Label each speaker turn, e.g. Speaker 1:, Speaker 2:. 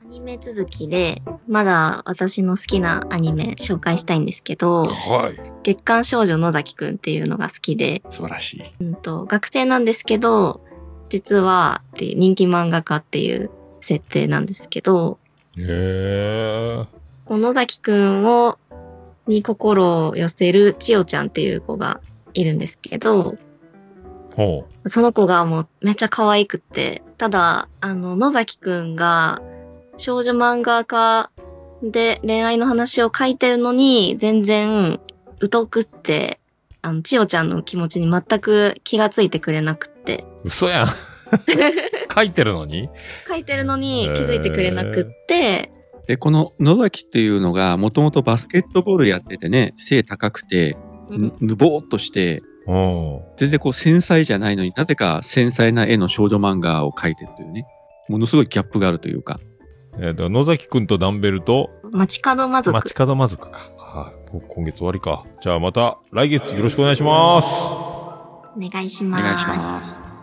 Speaker 1: アニメ続きで、まだ私の好きなアニメ紹介したいんですけど、
Speaker 2: はい。
Speaker 1: 月刊少女野崎くんっていうのが好きで、
Speaker 2: 素晴らし
Speaker 1: う
Speaker 2: い。
Speaker 1: んと、学生なんですけど、実はっていう人気漫画家っていう設定なんですけど、
Speaker 2: へえ。
Speaker 1: こう野崎くんを、に心を寄せる千代ちゃんっていう子がいるんですけど、
Speaker 2: ほ
Speaker 1: その子がもうめっちゃ可愛くって、ただ、あの、野崎くんが少女漫画家で恋愛の話を書いてるのに、全然疎くって、あの、千代ちゃんの気持ちに全く気がついてくれなくって、
Speaker 2: う。嘘やん。書いてるのに
Speaker 1: 書いてるのに気づいてくれなくって、
Speaker 3: で、この野崎っていうのが、もともとバスケットボールやっててね、背高くて、
Speaker 1: うん
Speaker 3: ぬぬぼーっとして、
Speaker 2: うん。
Speaker 3: 全然こう繊細じゃないのになぜか繊細な絵の少女漫画を描いてるというね、ものすごいギャップがあるというか、
Speaker 2: えっ、と、野崎くんとダンベルと、
Speaker 1: 街角魔族。
Speaker 2: 街角まずくか。はい、今月終わりか。じゃあまた来月よろしくお願いします。
Speaker 1: お願いし
Speaker 3: お願
Speaker 1: ま
Speaker 3: いし
Speaker 1: す。
Speaker 3: ます。